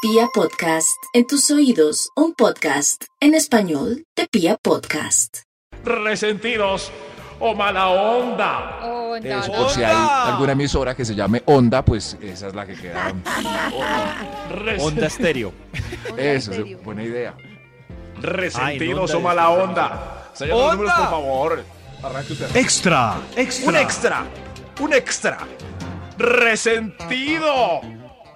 Pia Podcast, en tus oídos, un podcast en español de Pia Podcast. resentidos o mala onda. Oh, de no, eso, no. por si hay alguna emisora que se llame Onda, pues esa es la que queda. Res- Onda estéreo. eso, es buena idea. resentidos Ay, no, o mala onda, onda. Señor, los números, por favor. Arranque usted. Extra, extra. Un extra. Un extra. Resentido.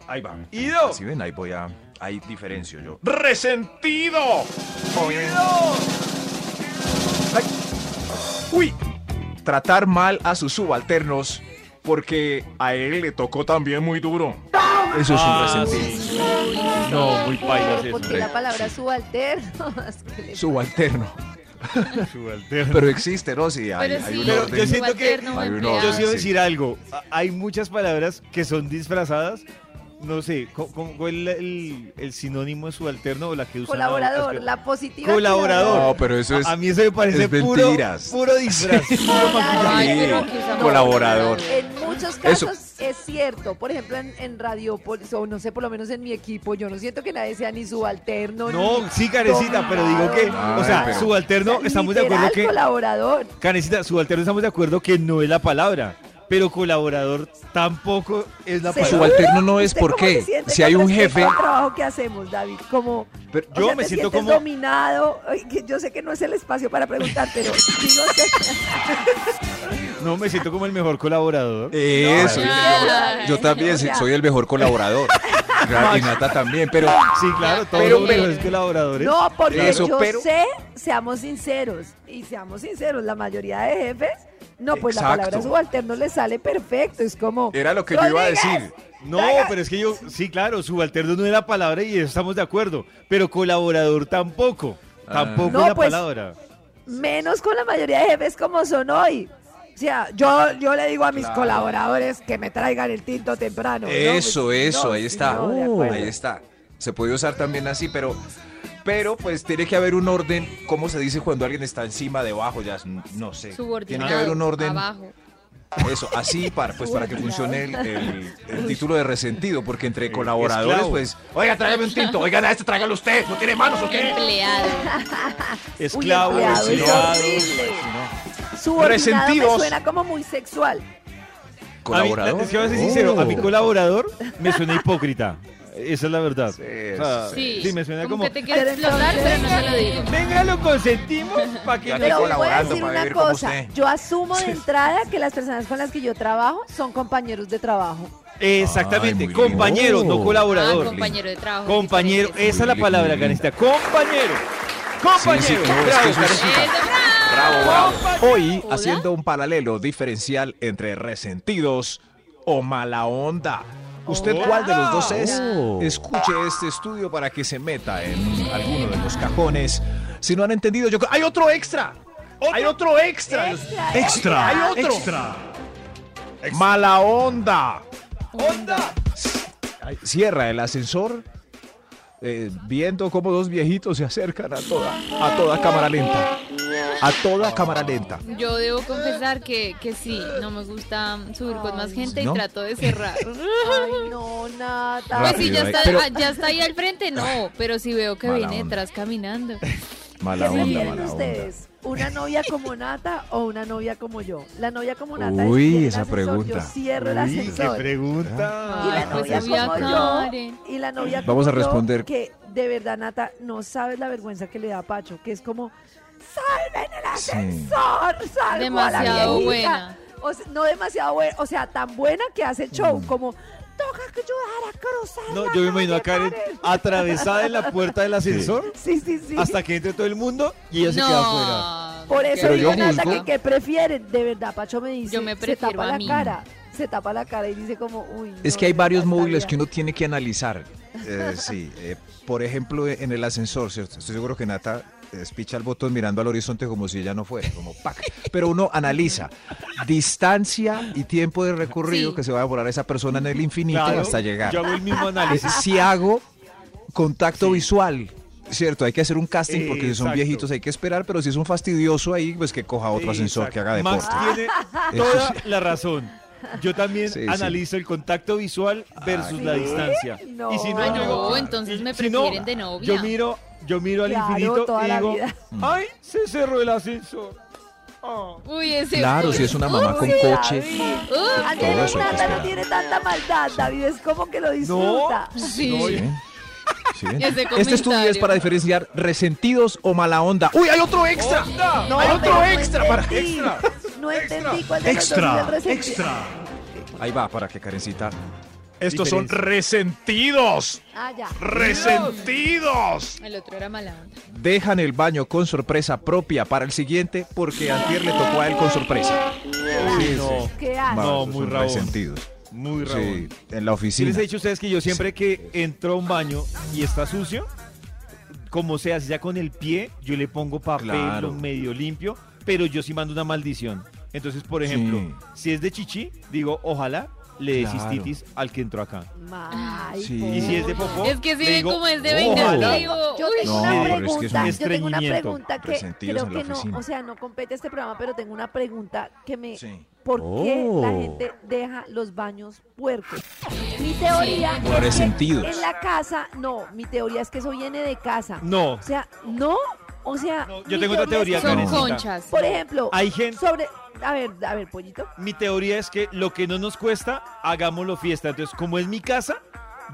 Ahí va. Ido. Si ven, ahí voy a. Ahí diferencio yo. Resentido. Uy, tratar mal a sus subalternos porque a él le tocó también muy duro. Eso es un resentido. Ah, No, muy pailas eso. Porque la palabra subalterno. es que le- Subalterno. Pero existe, ¿no? Sí, hay, Pero hay sí, un Pero orden. yo siento que- subalterno, Hay un empleado. orden. Yo quiero sí. decir algo. A- Hay muchas palabras que son disfrazadas. No sé, co- co- ¿cuál es el, el sinónimo de subalterno o la que usan? Colaborador, ahora? la positiva. Colaborador. No, pero eso es. a, a mí eso me parece es puro, mentiras. puro disfraz. puro maquillaje. Ay, pues, Sí, pero que usamos colaborador. colaborador. En muchos Eso. casos es cierto. Por ejemplo, en, en Radiopolis, o no sé, por lo menos en mi equipo, yo no siento que nadie sea ni subalterno. No, sí, Carecita, pero digo que, o sea, Ay, pero- subalterno, estamos de acuerdo que colaborador. Canecita, subalterno estamos de acuerdo que no es la palabra, pero colaborador tampoco es la palabra. ¿Seguro? Subalterno no es ¿Usted por cómo qué. se siente Si con hay un respecto jefe. al trabajo que hacemos, David? Como Pero O Yo sea, me te siento sientes como- dominado. Ay, que Yo sé que no es el espacio para preguntar, pero digo que- No me siento como el mejor colaborador. Eso, yo- Ay. yo, también sí, soy el mejor colaborador. Y Nata también, pero sí, claro, todos Pero- los pero- mejores colaboradores. no, porque Eso, yo pero- sé, seamos sinceros, y seamos sinceros, la mayoría de jefes, no, pues la Exacto. palabra subalterno le sale perfecto, es como... era lo que yo iba a "Rodríguez". decir. No, pero es que yo, sí, claro, subalterno no es la palabra y eso estamos de acuerdo, pero colaborador tampoco. Ah. Tampoco No, es la pues- palabra. Menos con la mayoría de jefes como son hoy. O sea, yo, yo le digo a mis Claro. colaboradores que me traigan el tinto temprano. ¿no? Eso, Pues, eso, no, ahí sí, está. no, de Uh, acuerdo. ahí está. Se puede usar también así, pero pero pues tiene que haber un orden, ¿cómo se dice cuando alguien está encima, debajo? Ya n- no sé. Tiene que haber un orden. Eso, así para pues para que funcione el, el- el título de resentido, porque entre colaboradores Eh, esclavo. pues, oiga, tráigame un tinto, oiga, a este tráigalo usted, no tiene manos o qué? Empleado. Esclavo, empleado, es esclavo. horrible. Subordinado me Resentidos. suena como muy sexual. A mí, Colaborador. es que voy a ser sincero, a mi Oh. colaborador me suena hipócrita. Esa es la verdad. Sí, O Oh. sea, Sí. me suena como, como, que te quiero Pero explotar, pero no te lo digo. Ah, Venga, lo consentimos para que Ya no se- Pero te les voy a colaborando decir para una vivir como cosa. usted. Yo asumo de entrada que las personas con las que yo trabajo son compañeros de trabajo. Exactamente, Ay, muy compañero, lindo. no Ah, colaborador. compañero de trabajo. compañero, diferente. esa es la Muy palabra, lindo. Canista. Compañero. Compañero. Sí, sí, no, es que Bravo, eso es- Karencita. Eso, bravo. Bravo, bravo. Hoy Hola. haciendo un paralelo diferencial entre resentidos o mala onda. ¿Usted Hola. cuál de los dos es? Escuche este estudio para que se meta en alguno de los cajones. Si no han entendido, yo creo- ¡Hay otro extra! ¡Hay otro extra! Extra, ¡Hay otro! ¡Mala onda! Onda. Ay, Cierra el ascensor eh, viendo cómo dos viejitos se acercan a toda, a toda cámara lenta. A toda cámara lenta. Yo debo confesar que, que sí, no me gusta subir con más gente ¿No? y trato de cerrar. Ay, no, nada. Pues si Rápido, ya eh. está, Pero- ah, ya está ahí al frente, no, pero si veo que Mala viene onda. detrás caminando. Mala ¿Qué onda, prefieren mala onda. ustedes? ¿Una novia como Nata o una novia como yo? La novia como Nata Uy, es que en el esa ascensor pregunta. Yo cierro el Uy, qué ascensor. pregunta. Y la Ay, pues novia voy a como yo, Karen. y la novia como Vamos a yo, responder. que de verdad, Nata, no sabes la vergüenza que le da a Pacho, que es como, ¡salven el Sí. ascensor! ¡Salvo Demasiado a la viejita". buena. O sea, no demasiado buena, o sea, tan buena que hace el show, Mm. como, toca que ayudar a cruzar No, la yo me imagino a calle, Karen Karen". atravesada en la puerta del ascensor Sí, sí, sí. hasta que entre todo el mundo y ella se no. queda afuera. Por eso Pero digo, yo Nata, que, juzgo. que prefieren, de verdad, Pacho me dice, Yo me se prefiero tapa a la mí. cara, se tapa la cara y dice como, uy, Es no, que hay de verdad, varios esta móviles vida". que uno tiene que analizar. Eh, sí, eh, por ejemplo, en el ascensor, ¿cierto? Estoy seguro que Nata despicha el botón mirando al horizonte como si ella no fuera, como pac. Pero uno analiza distancia y tiempo de recorrido Sí. que se va a demorar esa persona en el infinito Claro, hasta llegar. Yo hago el mismo Eh, análisis. Si hago contacto visual, ¿cierto? Hay que hacer un casting porque si son Exacto. viejitos hay que esperar, pero si es un fastidioso ahí, pues que coja otro ascensor que haga Max deporte. tiene Eso toda la razón. Yo también Sí, sí. analizo el contacto visual versus la ¿sí? distancia. No. Y si no, Ah, yo digo, no, entonces me si no, prefieren de novia. Yo miro, yo miro al Claro, infinito toda y la digo, vida. ¡ay, se cerró el ascensor! Uy, ese. Claro, si es una mamá con Uy, coche. David. Uy, Todo Andrés eso hay que Nata no esperar. tiene tanta maldad, David, es como que lo disfruta. sí. Sí. Sí. Ese Este estudio es comentario. para diferenciar resentidos o mala onda. ¡Uy, hay otro extra! No, ¡Hay pero otro extra! Para... entendí. No entendí cuál de los dos es el Extra, resentido. extra. Oh. Ahí va, para que Karencita. Estos son resentidos. Ah, ya. Resentidos. El otro era mala onda. Dejan el baño con sorpresa propia para el siguiente porque antier le tocó a él con sorpresa. Sí, sí. ¿Qué haces? No, Vamos, muy son rabón. resentidos. Muy raro. Sí, en la ¿Sí oficina. les he dicho a ustedes que yo siempre que entro a un baño y está sucio, como sea, si sea con el pie, yo le pongo papel Claro. lo medio limpio, pero yo sí mando una maldición. Entonces, por ejemplo, si es de chichi, digo, ojalá le des Claro. cistitis al que entró acá. Ay, Sí. pobre. Y si es de popó, Es que si le ven digo, como es de "Ojalá". 20, te digo. Yo tengo No, una pero es que es un pregunta, yo tengo una estreñimiento. pregunta que Resentidos creo en la que no, oficina. o sea, no compete este programa, pero tengo una pregunta que me... Sí. ¿Por qué la Oh. gente deja los baños puercos? Mi teoría Por es que resentidos. en la casa, no, mi teoría es que eso viene de casa. No, O sea, no, o sea... No, yo mi tengo otra teoría, es que- Son Karencita. conchas. Por ejemplo, hay gente. sobre... A ver, a ver, pollito. Mi teoría es que lo que no nos cuesta, hagámoslo fiesta. Entonces, como es mi casa,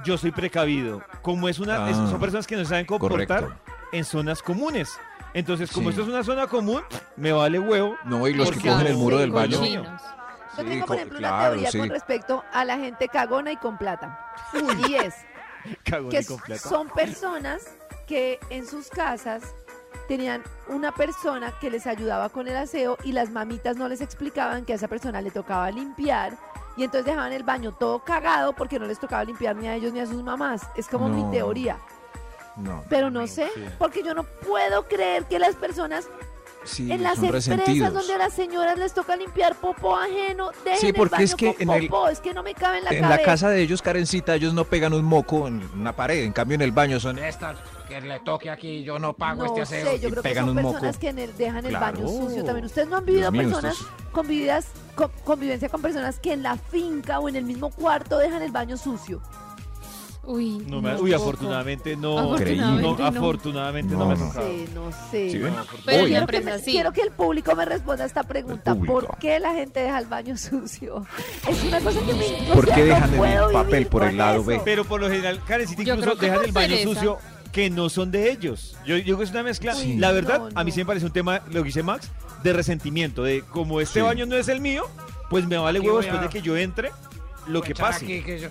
yo soy precavido. Como es una, Ah, es- son personas que no saben comportar Correcto. en zonas comunes. Entonces, como Sí. esto es una zona común, me vale huevo. No, y los que Porque cogen el muro del baño. Cochinos. Yo Sí, tengo, por co- ejemplo, una claro, teoría sí. con respecto a la gente cagona y con plata. Y es Cagón que y con plata. son personas que en sus casas tenían una persona que les ayudaba con el aseo y las mamitas no les explicaban que a esa persona le tocaba limpiar y entonces dejaban el baño todo cagado porque no les tocaba limpiar ni a ellos ni a sus mamás. Es como No. mi teoría. No. Pero no sé, porque yo no puedo creer que las personas Sí, en las son empresas resentidos. donde a las señoras les toca limpiar popó ajeno, dejen Sí, el porque es baño que con en el- popó, es que no me cabe en la en cabeza. la casa de ellos, Karencita, ellos no pegan un moco en una pared. En cambio, en el baño son Estas que le toque aquí, yo no pago No este aseo. sé, yo y creo que pegan son un moco. personas que en el- dejan el baño Claro. sucio también. Ustedes no han vivido Dios mío, personas esto convividas, co- convivencia con personas que en la finca o en el mismo cuarto dejan el baño sucio. Uy, No me- no, uy, poco. afortunadamente no. Afortunadamente no, no. Afortunadamente no, No, me ha no. tocado. Sí, no sé. ¿Sí Pero ven? Hoy. en la Quiero que, me- empresa sí. quiero que el público me responda esta pregunta. El público. ¿Por qué la gente deja el baño sucio? Es una cosa que me o ¿Por sea, qué no dejan el puedo vivir papel por el con lado eso. B? Pero por lo general, Karencita, Yo incluso creo que dejan por el baño pereza. sucio que no son de ellos. Yo yo creo que es una mezcla. Sí. La verdad, No, a mí no. sí me parece un tema, lo que dice Max, de resentimiento. De como este Sí. baño no es el mío, pues me vale Aquí huevo voy después a- de que yo entre lo que Echar pase. aquí, que yo-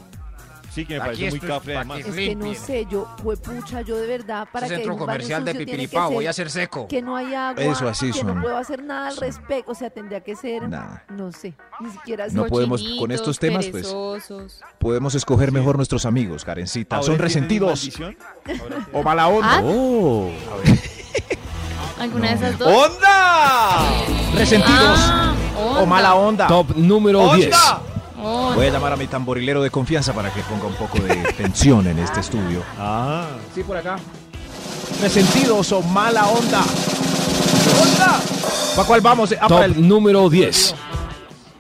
Sí, que me Aquí parece muy estoy, cafre aquí además. Es que no Limpien. sé, yo, pucha, yo de verdad, para Ese que centro deje un baño comercial de sucio tiene que Pipiripao, ser- voy a ser seco. que no hay agua, Eso así que no son. puedo hacer nada al respecto, o sea, tendría que ser, Nada. no sé, ni siquiera No sé. podemos- Cochinitos, con estos temas, pues. perezosos. Podemos escoger mejor nuestros amigos, Karencita. Ahora Son tienen resentidos maldición. o mala onda. Ah. Oh. ¿Alguna de esas dos? Resentidos Ah, Oh, o mala onda. Top número 10. onda. Voy a llamar a mi tamborilero de confianza para que ponga un poco de tensión en este estudio. Ah. Sí, por acá. Resentidos o mala onda. ¡Onda! ¿Para cuál vamos? Ah, para Top el, número 10.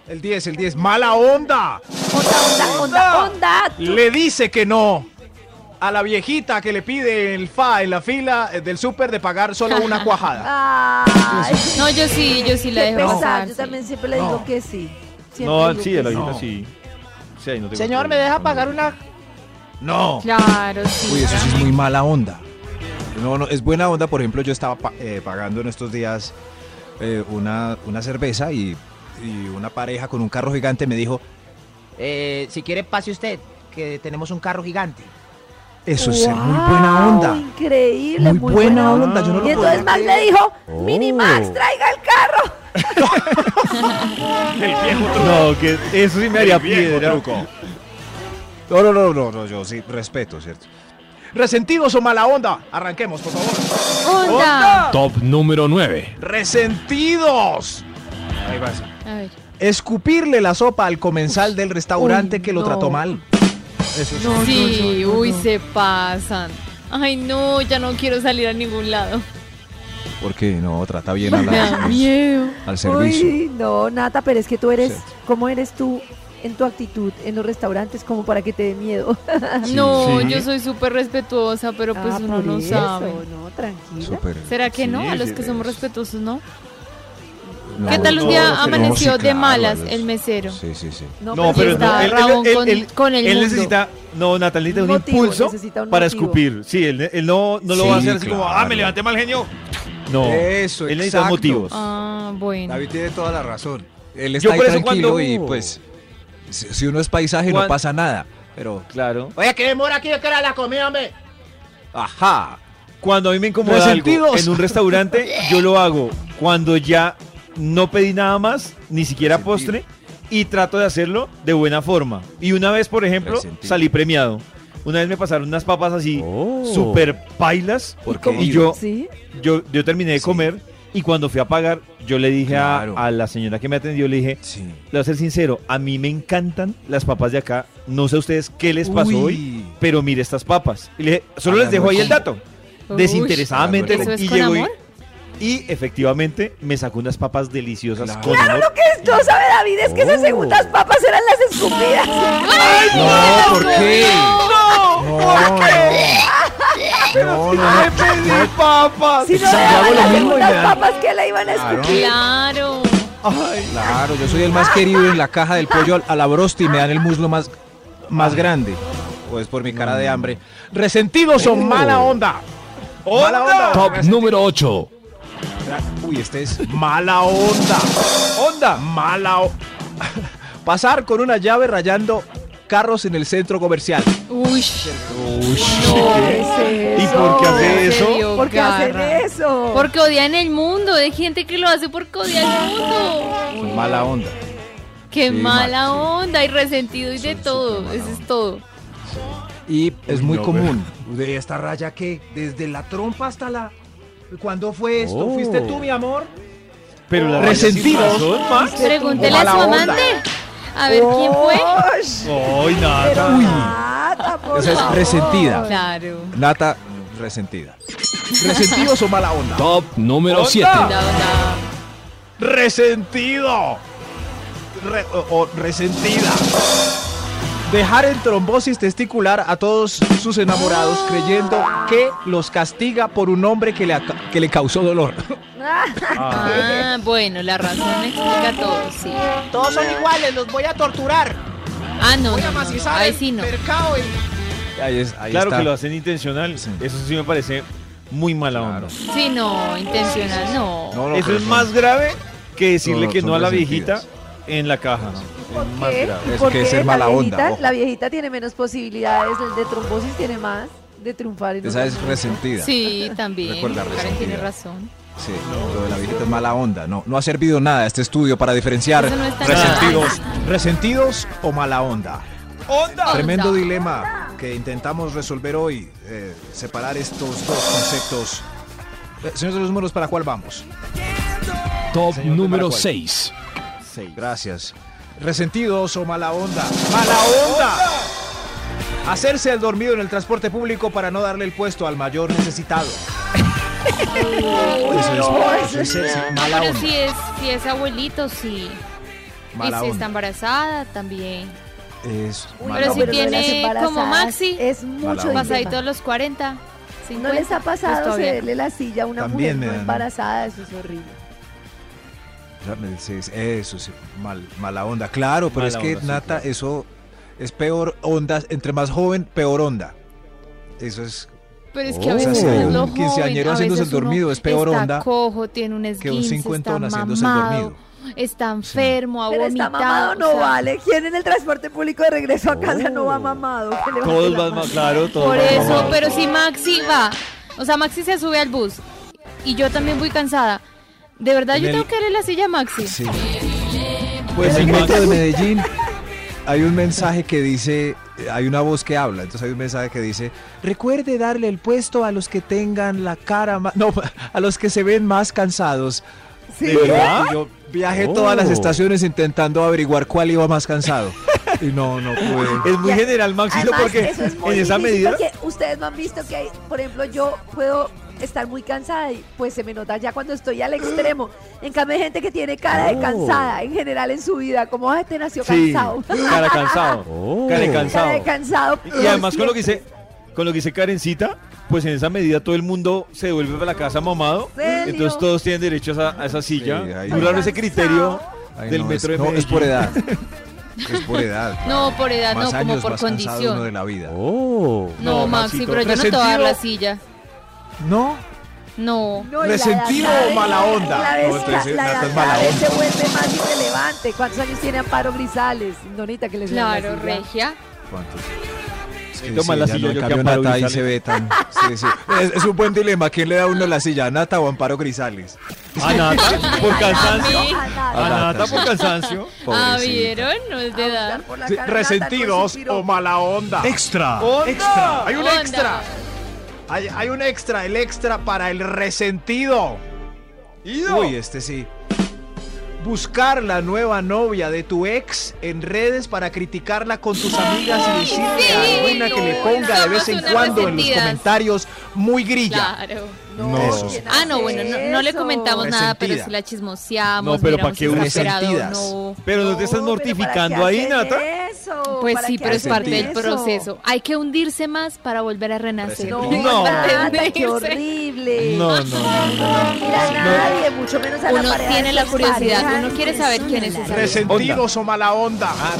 el 10, el 10. ¡Mala onda! Onda, onda, onda, onda. Le dice que no a la viejita que le pide el fa en la fila eh, del súper de pagar solo una cuajada. Ay, No, yo sí, yo sí la qué dejo pesar, pasar. yo sí. también siempre le digo que sí. Siempre No, digo sí, que el sí. ojito sí. Sí, ahí no tengo Señor, ¿me problema. deja pagar una? No. Claro, sí. Uy, eso sí es muy mala onda. No, no, es buena onda. Por ejemplo, yo estaba pa- eh, pagando en estos días eh, una, una cerveza y, y una pareja con un carro gigante me dijo, Eh, si quiere, pase usted, que tenemos un carro gigante. eso es ser muy Wow, buena onda. Increíble, Muy buena onda. onda. Yo no lo Y entonces podía Oh. Max me dijo, Minimax, traiga el carro. No, que eso sí me haría piedra. No, no, no, no, no, yo sí, respeto, ¿cierto? Resentidos o mala onda. Arranquemos, por favor. Onda. Top número 9. Resentidos. Ahí va. esa. A ver. Escupirle la sopa al comensal del restaurante Uy, que lo no. trató mal. sí, uy, se pasan. Ay, no, ya no quiero salir a ningún lado. Porque no, trata bien a Me da la- miedo. al servicio. Uy, no, Nata, pero es que tú eres, Sí. ¿cómo eres tú? en tu actitud en los restaurantes como para que te dé miedo. no, Sí. yo soy súper respetuosa, pero pues Ah, uno por no eso, sabe. No, tranquila. Súper. ¿Será que no? A Sí, los sí, que somos es. respetuosos, ¿no? No, ¿Qué tal un no, día no, amaneció sí, de claro, malas Alex. el mesero? Sí, sí, sí. No, No, pero pero está no, él, Raúl él- con- él- con el él mundo. necesita, no, Natal necesita un Motivo, impulso necesita un para motivo. escupir. Sí, él, él no, no lo va a Sí, hacer así como, ah, claro. Eh, me levanté mal genio. No, Eso, él necesita exacto. motivos. Ah, bueno. David tiene toda la razón. Él Yo está ahí por eso tranquilo cuando- y pues si, si uno es paisaje no Cuan- pasa nada. Pero, Claro. Oye, que demora aquí de cara a la comida, hombre. ajá. Cuando a mí me incomoda algo Resentidos. en un restaurante, yo lo hago cuando ya no pedí nada más, ni siquiera Resentido. postre, y trato de hacerlo de buena forma. Y una vez, por ejemplo, Resentido. salí premiado. Una vez me pasaron unas papas así Oh. super pailas ¿Por y qué? yo, Sí, yo, yo terminé de Sí. comer y cuando fui a pagar, yo le dije a- Claro. a, la señora que me atendió, le dije, Sí. le voy a ser sincero, a mí me encantan las papas de acá. No sé a ustedes qué les pasó hoy, pero mire estas papas. Y le dije, solo les Hablando dejo ahí de el dato Uy, desinteresadamente Claro, ¿Eso es y con llegó y, amor? y efectivamente me sacó unas papas deliciosas Claro. con amor. No sabe David, es que esas segundas Oh. papas eran las escupidas. No, ¿por qué? No, no, no. No, no, no. ¡Pedí papas! Si no Exacto, eran hago lo las mismo y segundas me dan- papas que le iban a escupir. Claro. Claro, yo soy el más querido en la caja del pollo al- a la brosta y me dan el muslo más, más grande. Pues por mi cara de Mm. hambre. Resentidos Uh. son mala onda. Mala onda. Top número 8. Uy, este es mala onda. Onda. Mala o- Pasar con una llave rayando carros en el centro comercial. Uy, ¿Qué es ¿Y por qué hace eso? eso? se dio ¿Por qué hacen garra. eso? Porque odian el mundo. Hay gente que lo hace porque odia el mundo. Son mala onda. Qué Sí, mala mal, sí. onda. Y resentido y de Son súper todo. mala Eso es onda. todo. Y es Uy, muy no, común. ¿De esta raya que Desde la trompa hasta la. ¿Cuándo fue esto? Oh. ¿Fuiste tú, mi amor? Pero la Resentidos. razón, Max. Pregúntele a su Mala onda. amante. A ver quién fue. Osh, ¡Ay, Pero nada! Nata, por Esa es favor. resentida. Claro. Nata, resentida. ¿Resentidos o mala onda? Top número Onda. 7. Onda, onda. Resentido. Re- o, o resentida. Dejar en trombosis testicular a todos sus enamorados creyendo que los castiga por un hombre que le, aca- que le causó dolor. Ah, bueno, la razón explica todo, sí. Todos son iguales, los voy a torturar. Ah, no, Voy a no, no. macizar Ahí el sí no. mercado. y- Ahí es, ahí Claro está. que lo hacen intencional. Sí. Eso sí me parece muy mala Claro. onda. Sí, no, intencional, no. No, no, Eso pero es no. más grave que decirle no, que no son a la viejita resentidas. en la caja. ¿Por Es más qué? grave. Es ¿Por que qué? es ser La mala onda, viejita- ojo. La viejita tiene menos posibilidades, el de trombosis tiene más de triunfar. en Esa un es concurso. resentida. Sí, también. Recuerda, Karen tiene resentida. razón. Sí, lo de la viejita es mala onda. No, no ha servido nada este estudio para diferenciar Eso no está resentidos, resentidos o mala onda. Onda. Tremendo dilema que intentamos resolver hoy. eh, separar estos dos conceptos. Eh, Señor de los números, ¿para cuál vamos? Top Señor de número Maracuay. 6. Gracias. Resentidos o mala onda. ¡Mala onda! Hacerse el dormido en el transporte público para no darle el puesto al mayor necesitado. Eso es, eso es ser mala Pero onda. si es, si es abuelito, sí. y Mala si está onda. embarazada, también. Es Uy, mala Pero si lo onda. de las tiene como embarazadas Maxi, Es mucho onda. el Pasadito a tema. los 40. 50, ¿No les ha pues pasado todavía no. cederle la silla a una También mujer me no dan. embarazada? Eso es horrible. Sí, es- Eso sí, mal- mala onda. Claro, pero Mala es que onda, sí, Nata, eso es peor onda. Entre más joven, peor onda. Eso es Pero es que a Oh. O sea, veces si uno hay es un lo joven, quinceañero a haciéndose veces el uno dormido, es peor está onda cojo, tiene un que un esguince, está cincuentón haciéndose el mamado, dormido. está enfermo, ha Pero vomitado. está mamado, no o sea, Oh. vale. ¿Quién en el transporte público de regreso a casa no va mamado? Que levante Todos la van mano. más claro, todos Por van eso, mal. pero si Maxi va, o sea, Maxi se sube al bus y yo también voy cansada. De verdad, En yo el- tengo que darle la silla a Maxi. Sí. Pues Pues en sí, el Max. metro de Medellín hay un mensaje que dice, eh, hay una voz que habla, entonces hay un mensaje que dice, recuerde darle el puesto a los que tengan la cara más, no, a los que se ven más cansados. ¿De verdad? Yo- Viajé Oh. todas las estaciones intentando averiguar cuál iba más cansado. Y no, no pude. Es muy Ya. general, Maxito, Además, porque eso es muy en esa difícil medida porque ustedes no han visto que hay, por ejemplo, yo puedo estar muy cansada y pues se me nota ya cuando estoy al extremo. En cambio hay gente que tiene cara de cansada en general en su vida, como "Ay, te nació Oh. Sí, cansado. cara cansado. Cara de Cara de cansado. cansado. Y además con lo que dice, con lo que dice Karencita, pues en esa medida todo el mundo se devuelve para la casa mamado. serio? Entonces todos tienen derecho a esa, a esa Sí, silla. ahí Muy no. raro ese criterio Ay, del no, es- metro de no, es por Medellín. edad. Es por edad. No, por edad, no, más como años, por más cansado uno de condición. la vida. Oh. No, No, Maxi, Maxito. pero yo no te voy a dar la Resentido. silla. No, No. No, y la ¿Resentido edad cada o vez- mala onda? La No, vez, entonces, la, Nata edad es mala cada vez onda. se vuelve más irrelevante. ¿Cuántos años tiene Amparo Grisales? Donita, que les den la Claro, silla. regia. ¿Cuántos? Es que Toma la ya silla, no, en yo que cambio Amparo Nata ahí Grisales. se ve tan... sí, sí. Es, es un buen dilema. ¿Quién le da uno la silla? ¿A Nata o a Amparo Grisales? Ah, A Nata, por cansancio. mí. A Nata. A Nata por cansancio. Ah, Pobrecita. ¿vieron? No es de A edad. buscar por la Sí, cara, Nata, con resentidos su piropo. o mala onda. Extra. Extra. Hay un Onda. extra. Hay, hay un extra, el extra para el resentido. Uy, este sí. Buscar la nueva novia de tu ex en redes para criticarla con tus amigas y decir sí! la buena que le No, ponga de vez somos en unas cuando en los resentidas. comentarios muy grilla. Claro. No, Eso. ¿quién Ah, no, hace bueno, no, no le eso? comentamos nada, pero Resentida. sí la chismoseamos. No, pero ¿pa' miramos qué si está usan? operado o Resentidas. No. Pero no te estás No, pero mortificando ¿para qué ahí, hacen Nata. eso? Pues ¿Para sí, qué pero es hacen parte del eso? proceso. Hay que hundirse más para volver a renacer. No, No. Nata, Hundirse. qué horrible. No, no, no, no. Mira a nadie, mucho menos a la Uno pareja de tiene la sus curiosidad, parejas. uno quiere saber quién es esa persona. Resentidos o mala onda. Ah,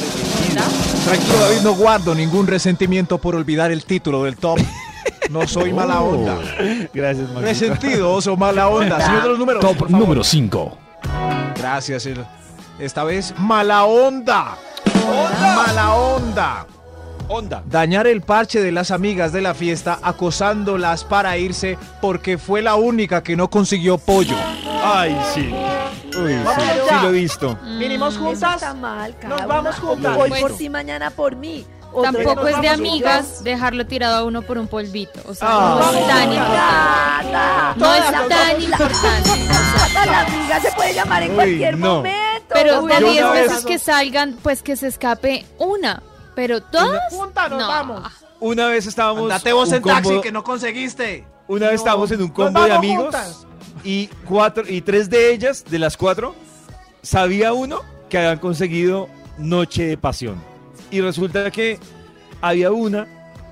Tranquilo, David, no guardo ningún resentimiento por olvidar el título del top. No soy mala Oh. onda. Gracias, Maxito. Resentidos o mala onda. Señor de los números, Top por favor. número 5. Gracias. el- Esta vez, Mala onda. Mala onda. Onda. dañar el parche de las amigas de la fiesta acosándolas para irse porque fue la única que no consiguió pollo. Ay, sí. Uy, sí. Vamos Sí allá. lo he visto. Vinimos Eso juntas. está mal, cada Nos vamos una. juntas. Hoy Pues- por ti, mañana por mí. Otro día Tampoco nos es de vamos amigas juntas. dejarlo tirado a uno por un polvito. O sea, Ah. no es tan importante. Nata, No es Nata, tan importante. Nata, la amiga se puede llamar en Uy, cualquier no. momento. Pero Uy, de Yo 10 una veces vez- que salgan, pues que se escape una. Pero todas. Juntas nos No. vamos. Una vez estábamos. Date vos un en taxi combo- que no conseguiste. Una vez estábamos en un combo Nos de vamos amigos juntas. y cuatro y tres de ellas, de las cuatro, sabía uno que habían conseguido Noche de Pasión. Y resulta que había una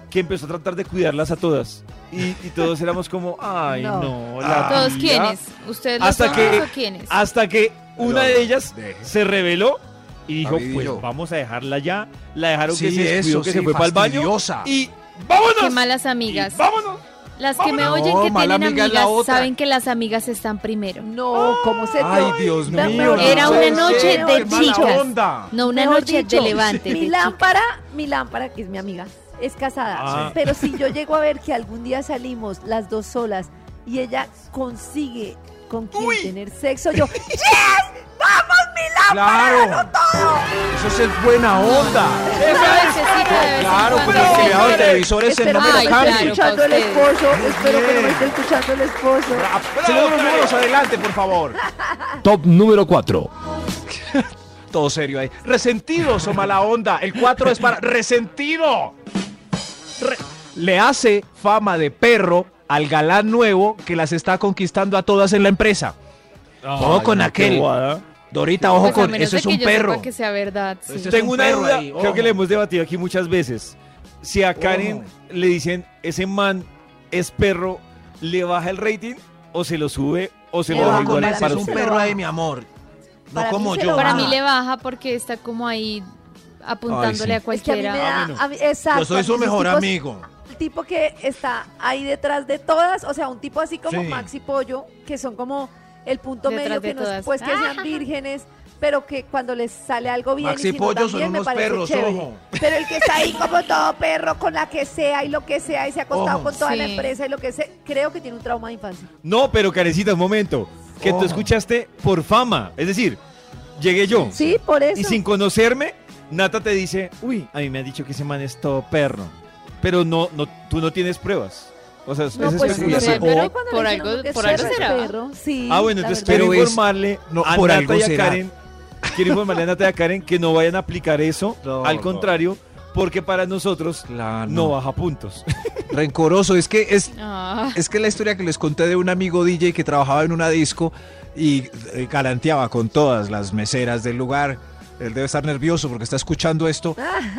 que empezó a tratar de cuidarlas a todas. Y, y todos éramos como, ay, No. no. la Ah, Ah. ¿Todos tía". quiénes? ¿Ustedes los Hasta hombres que- o quiénes? Hasta que una de ellas Deje. se reveló y dijo, David y pues yo. vamos a dejarla ya. La dejaron que Sí, se descuidó, eso, que sí, se fue para el baño. fastidiosa. Y vámonos. Qué malas amigas. Y vámonos. Las que me No, oyen que mala tienen amiga es la amigas otra. saben que las amigas están primero. No, ¿cómo se te Ay, Dios Dame mío. una- Era una Sí, noche sí, de qué mala chicas. onda. No, una Mejor noche de dicho, levante. Mi de lámpara, mi lámpara, que es mi amiga, es casada. Ah. Pero si yo llego a ver que algún día salimos las dos solas y ella consigue con quien tener sexo, yo, ¡Yes! ¡Vamos, mi Claro. Eso sí es buena onda. chicas. Una nochecita de vez en Claro, cuando. pero que le hagan televisores en Espero que número no Ay, me claro, esté pa' escuchando el ustedes. esposo. Espero que no me bien. esté escuchando el esposo. Señor de los números, adelante, por favor. Top número 4. Todo serio ahí. Resentidos o mala onda. El 4 es para resentido. Le hace fama de perro al galán nuevo que las está conquistando a todas en la empresa. Ojo con aquel. Dorita, ojo Pues a con. menos Eso de es que un yo sepa perro. que sea verdad. sí. Eso es Tengo un una perro duda, ahí, creo que ojo. le hemos debatido aquí muchas veces. Si a Karen le dicen, ese man es perro, ¿le baja el rating o se lo sube o se Le lo baja baja con igual ese, para es un usted? perro ahí, mi amor. No Para mí se lo Para Ah. mí le baja porque está como ahí apuntándole Ay, sí. a Es que a mí me cualquiera. da. a mí- exacto. Yo soy su a mí esos mejor tipos- amigo. El tipo que está ahí detrás de todas, o sea, un tipo así como Sí. Maxi Pollo, que son como el punto Detrás medio, de que no es todas. Ah. pues que sean vírgenes, pero que cuando les sale algo bien Maxi y si no Pollo son también, me unos parece perros, chévere. ojo. Pero el que está ahí como todo perro, con la que sea y lo que sea, y se ha acostado Ojo. con toda la Sí. empresa y lo que sea, creo que tiene un trauma de infancia. No, pero Karencita, un momento. Que tú Ojo. escuchaste por fama. Es decir, llegué yo. Sí, por eso. Y sin conocerme, Nata te dice, uy, a mí me han dicho que ese man es todo perro. Pero no, no, tú no tienes pruebas. O sea, no, esa pues sí, especulación. sí, pero pero cuando por le dijeron algo- que por sí algo eres será. perro, sí, Ah, bueno, la entonces verdad. quiero Pero es- informarle no, a por Nata algo y a será. Karen. Quiero informarle a Nata y a Karen que no vayan a aplicar eso. No, Ah, al no. contrario, porque para nosotros no baja puntos. Rencoroso, es que es, Ah, es que la historia que les conté de un amigo DJ que trabajaba en una disco y eh, galanteaba con todas las meseras del lugar. Él debe estar nervioso porque está escuchando esto.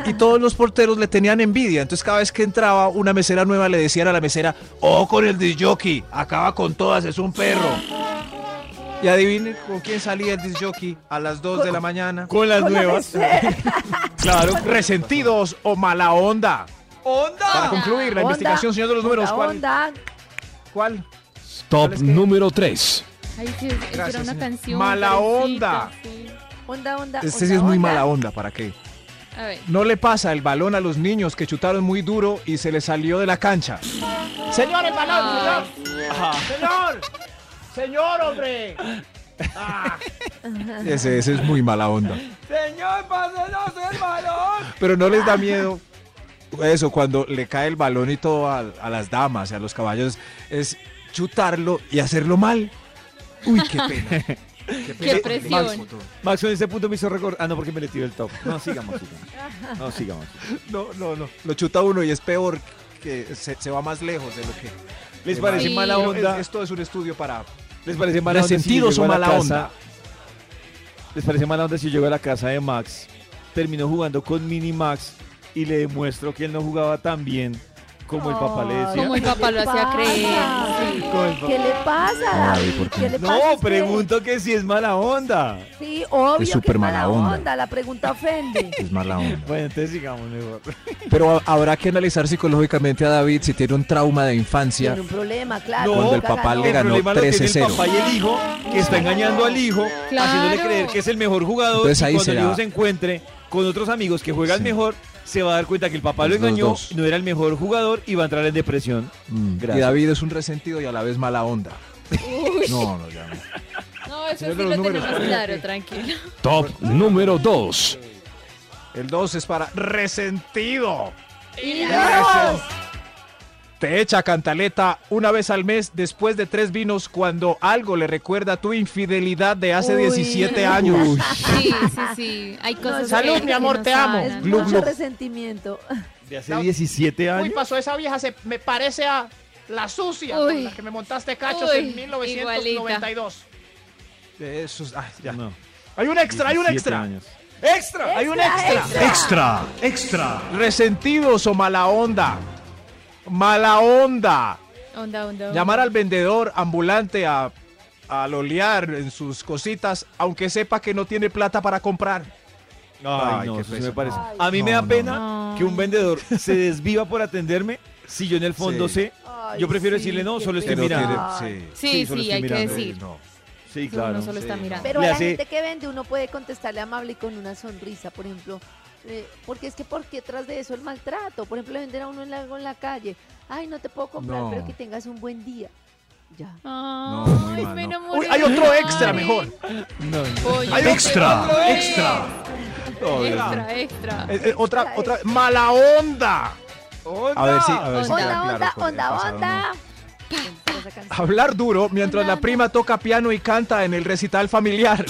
Y todos los porteros le tenían envidia. Entonces cada vez que entraba una mesera nueva le decían a la mesera, oh, con el disjockey, acaba con todas, es un perro. Y adivinen con quién salía el disjockey a las 2 de la mañana. Con las nuevas. Claro, resentidos o mala onda. Para concluir la Onda, investigación, señor de los números, La ¿cuál? onda, ¿Cuál? Top ¿Cuál es que- número 3. ay, sí, es- es que era Gracias, una señor. canción. Mala parecida, onda. sí. onda, onda. Este sí es muy mala onda, ¿para qué? A ver. No le pasa el balón a los niños que chutaron muy duro y se les salió de la cancha. Señor, el balón, señor. Ay, Señor, señor, hombre. Ese, ese es muy mala onda. Señor, pásenos el balón. Pero no les da miedo eso, cuando le cae el balón y todo a, a las damas y a los caballos, es chutarlo y hacerlo mal. Uy, qué pena. qué presión. Max, en ese punto me hizo recordar. Ah, no, porque me le tiró el top. No, sigamos, sigamos. No, sigamos. No, no, no. Lo chuta uno y es peor que se, se va más lejos de lo que... ¿Les de parece Sí. mala onda? Esto es un estudio para... ¿Les parece mala onda? si Resentidos yo o llego a la mala casa- onda. ¿Les parece mala onda si yo llego a la casa de Max, termino jugando con Mini Max y le demuestro que él no jugaba tan bien como el papá le decía? Como el papá lo hacía creer. creer. Con el papá. ¿Qué le pasa, David? ¿Qué le pasa a No, usted? pregunto que si es mala onda. Sí, obvio Es que súper es mala mala onda. onda. La pregunta ofende. Es mala onda. Bueno, entonces sigamos mejor. Pero ha- habrá que analizar psicológicamente a David si tiene un trauma de infancia. Tiene un problema, claro. No, Cuando el papá ganó. le ganó problema lo tiene el 13-0. papá y el hijo que está engañando al hijo, Claro. haciéndole creer que es el mejor jugador. Entonces y ahí cuando será- el hijo se encuentre con otros amigos que juegan Sí. mejor, se va a dar cuenta que el papá lo Los engañó, dos. no era el mejor jugador y va a entrar en depresión. Mm, Gracias. Y David es un resentido y a la vez mala onda. No, no, ya no. No, eso Señor sí de los lo números. tenemos claro, tranquilo. Top número 2. El 2 es para resentido. Te echa cantaleta una vez al mes después de tres vinos cuando algo le recuerda tu infidelidad de hace Uy. 17 años. Sí, sí, sí. Hay cosas Salud, que- mi amor, que no te amo. sanan. Es Glu, mucho glu. resentimiento. De hace 17 Uy, años. pasó esa vieja, se me parece a la sucia Uy. con la que me montaste cachos Uy, en 1992. De esos- ay, ya. No, Hay un extra, hay un 17 extra. años. Extra, hay un extra. Extra, extra. Resentidos o mala onda. Mala onda. Onda, onda, onda. Llamar al vendedor ambulante a, a lolear en sus cositas, aunque sepa que no tiene plata para comprar. Ay, Ay, no, qué eso sí pesa. me parece. A mí No, me da no, pena no. que un vendedor se desviva por atenderme si yo en el fondo Sí. sé. Ay, Ah, Yo prefiero sí, decirle no, qué solo estoy Pero pena. mirando. tiene- sí. Sí, Sí, solo sí, estoy hay que mirando. decir. No. Sí, No, claro. Uno solo está sí, mirando. Pero Le a la hace- gente que vende uno puede contestarle amable y con una sonrisa, por ejemplo. eh, porque es que por qué tras de eso el maltrato. Por ejemplo, le venden a uno en algo en la calle. Ay, no te puedo comprar, No. pero que tengas un buen día. Ya. muy Ay, mal, me no. enamoré. Uy, hay otro extra mejor. No, no. Pollo, Hay qué extra, bueno es. extra. Oh, Dios mío. Extra, extra. Eh, eh, otra, otra, mala onda. A ver si, a ver si Onda, queda onda, claro onda, con el onda, pasado, ¿no? onda. Hablar duro mientras la prima toca piano y canta en el recital familiar.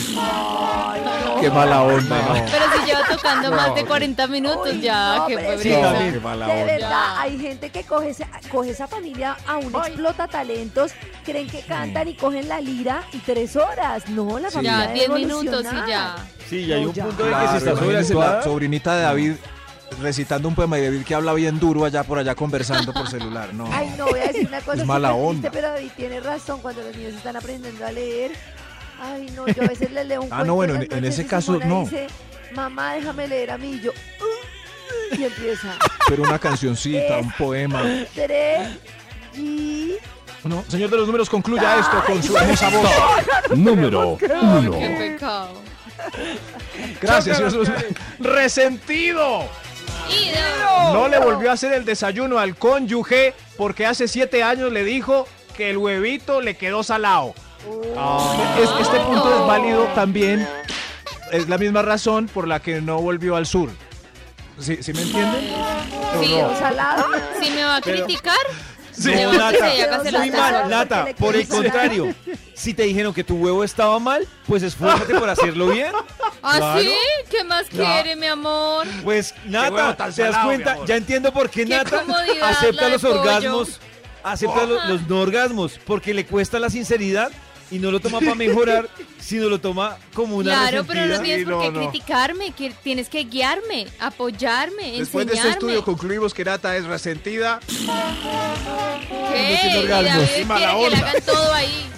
Qué mala onda, no. Pero si lleva tocando más de 40 minutos, Uy, ya, no, qué pero es pobreza. que- No, también. qué mala de onda. verdad, hay gente que coge esa, coge esa familia a un explota talentos, creen que cantan y cogen la lira y tres horas. No, la Sí. familia Ya, debe 10 minutos evolucionar. y ya. Sí, ya hay un No, ya. punto en que Claro, si está imagínese la sobreactuada. sobrinita de David recitando un poema y David que habla bien duro allá por allá conversando por celular. No. Ay, no, voy a decir una cosa. súper mala triste, onda. Pero David tiene razón cuando los niños están aprendiendo a leer. Ay, no, yo a veces le leo un Ah, no, cuento bueno, las en- en noches ese y caso, Simona no. dice, Mamá, déjame leer a mí. Y yo, "Uh", y empieza. Pero una cancioncita, un poema. Tres, y... No, señor de los números, concluya esto con su hermosa voz. Número Qué 1. pecado. Gracias, señor de los números. Resentido. No le volvió a hacer el desayuno al cónyuge porque hace siete años le dijo que el huevito le quedó salado. Es- este punto es válido también. Es la misma razón por la que no volvió al sur. ¿Sí, sí me entienden? Sí, Salado. si me va a criticar, Sí, Levántese Nata, y hágase muy la mal, tarea. Nata. Porque le Por el critican. contrario, si te dijeron que tu huevo estaba mal, pues esfuérzate por hacerlo bien. ¿Ah, Claro. sí? ¿Qué más quiere, mi amor? Pues huevo Nata, tan te das salado, mi cuenta, amor. ya entiendo por qué Qué Nata comodidad la acepta de los pollo. orgasmos, acepta lo- los no orgasmos, porque le cuesta la sinceridad y no lo toma para mejorar, sino lo toma como una Claro, pero no resentida. tienes Sí, por qué no, no. criticarme, que tienes que guiarme, apoyarme, Después de este enseñarme. estudio concluimos que Nata es resentida. ¿Qué? tiene Y orgasmos. David Y mala quiere que le onda. hagan todo ahí.